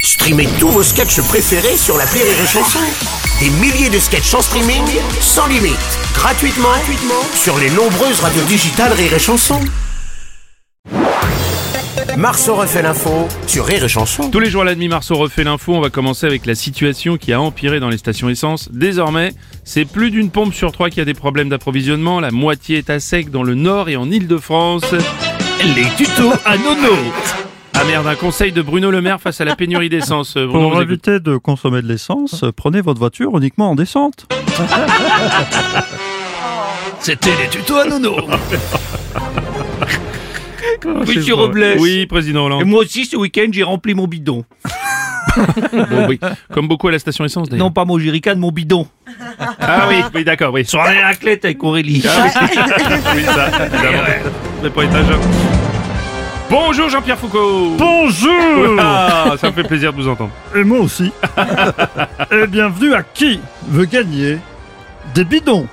Streamez tous vos sketchs préférés sur la Rire et Chanson. Des milliers de sketchs en streaming, sans limite, gratuitement, gratuitement sur les nombreuses radios digitales Rire et Chanson. Marceau refait l'info sur Rire et Chanson. Tous les jours à la demi-mars, on refait l'info. On va commencer avec la situation qui a empiré dans les stations essence. Désormais, c'est plus d'une pompe sur trois qui a des problèmes d'approvisionnement. La moitié est à sec dans le nord et en Ile-de-France. Les tutos à nono Ah merde, un conseil de Bruno Le Maire face à la pénurie d'essence. Euh, Bruno, Pour vous écoute. éviter de consommer de l'essence, Ah. prenez votre voiture uniquement en descente. C'était les tutos à Nono. Ah, C'est Monsieur vrai. Robles. Oui, Président Et Hollande. moi aussi, ce week-end, j'ai rempli mon bidon. Bon, oui. Comme beaucoup à la station essence, d'ailleurs. Non, pas mon jerrycan, mon bidon. Ah oui, oui, d'accord, oui. Soirée raclette avec Aurélie. Ah Oui, ça, évidemment. Mais pas étageur. Bonjour Jean-Pierre Foucault Bonjour Ah, ça me fait plaisir de vous entendre. Et moi aussi. Et bienvenue à qui veut gagner des bidons.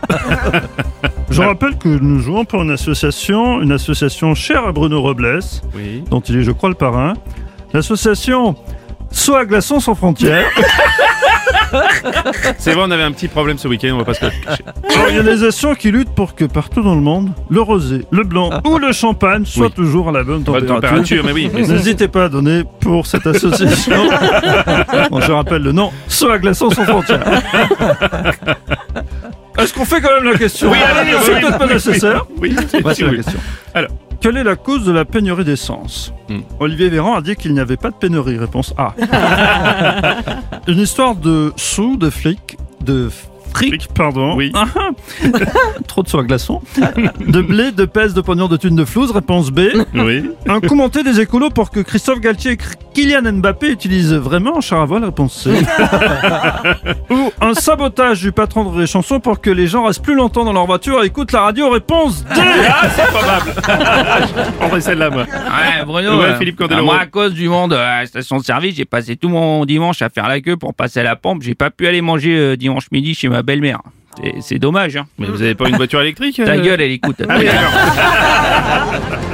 Je rappelle que nous jouons pour une association, une association chère à Bruno Robles, Oui. dont il est, je crois, le parrain. L'association Soit Glaçons sans frontières. C'est vrai, on avait un petit problème ce week-end, on va pas se le cacher. Organisation qui lutte pour que partout dans le monde, le rosé, le blanc ou le champagne soient Ah. Oui. toujours à la bonne Bonne température, mais oui. mais c'est- N'hésitez pas à donner pour cette association. Bon, je rappelle le nom, soit glaçons sans frontières. Est-ce qu'on fait quand même la question Oui, allez, C'est oui, peut-être pas oui, nécessaire. Oui, c'est Voici oui. la question. Alors. Quelle est la cause de la pénurie d'essence Hmm. Olivier Véran a dit qu'il n'y avait pas de pénurie. Réponse A. Une histoire de sous, de flic, de fric, pardon. Oui. Ah, ah. Trop de soie glaçon. de blé, de pèse, de pognon, de thunes, de flouze. Réponse B. Oui. Un commenté des écolos pour que Christophe Galtier et Kylian Mbappé utilisent vraiment un char à voile, réponse C. Ou un sabotage du patron de les chansons pour que les gens restent plus longtemps dans leur voiture et écoutent la radio, réponse D. Ah, c'est probable. On va celle-là, moi. Ouais, Bruno. euh, Ouais, Philippe Candeloro. Moi, à cause du monde euh, à la station de service, j'ai passé tout mon dimanche à faire la queue pour passer à la pompe. J'ai pas pu aller manger euh, dimanche midi chez ma belle-mère. C'est- C'est dommage, hein. Mais vous avez pas une voiture électrique Ta euh gueule, elle écoute. Ah oui, d'accord.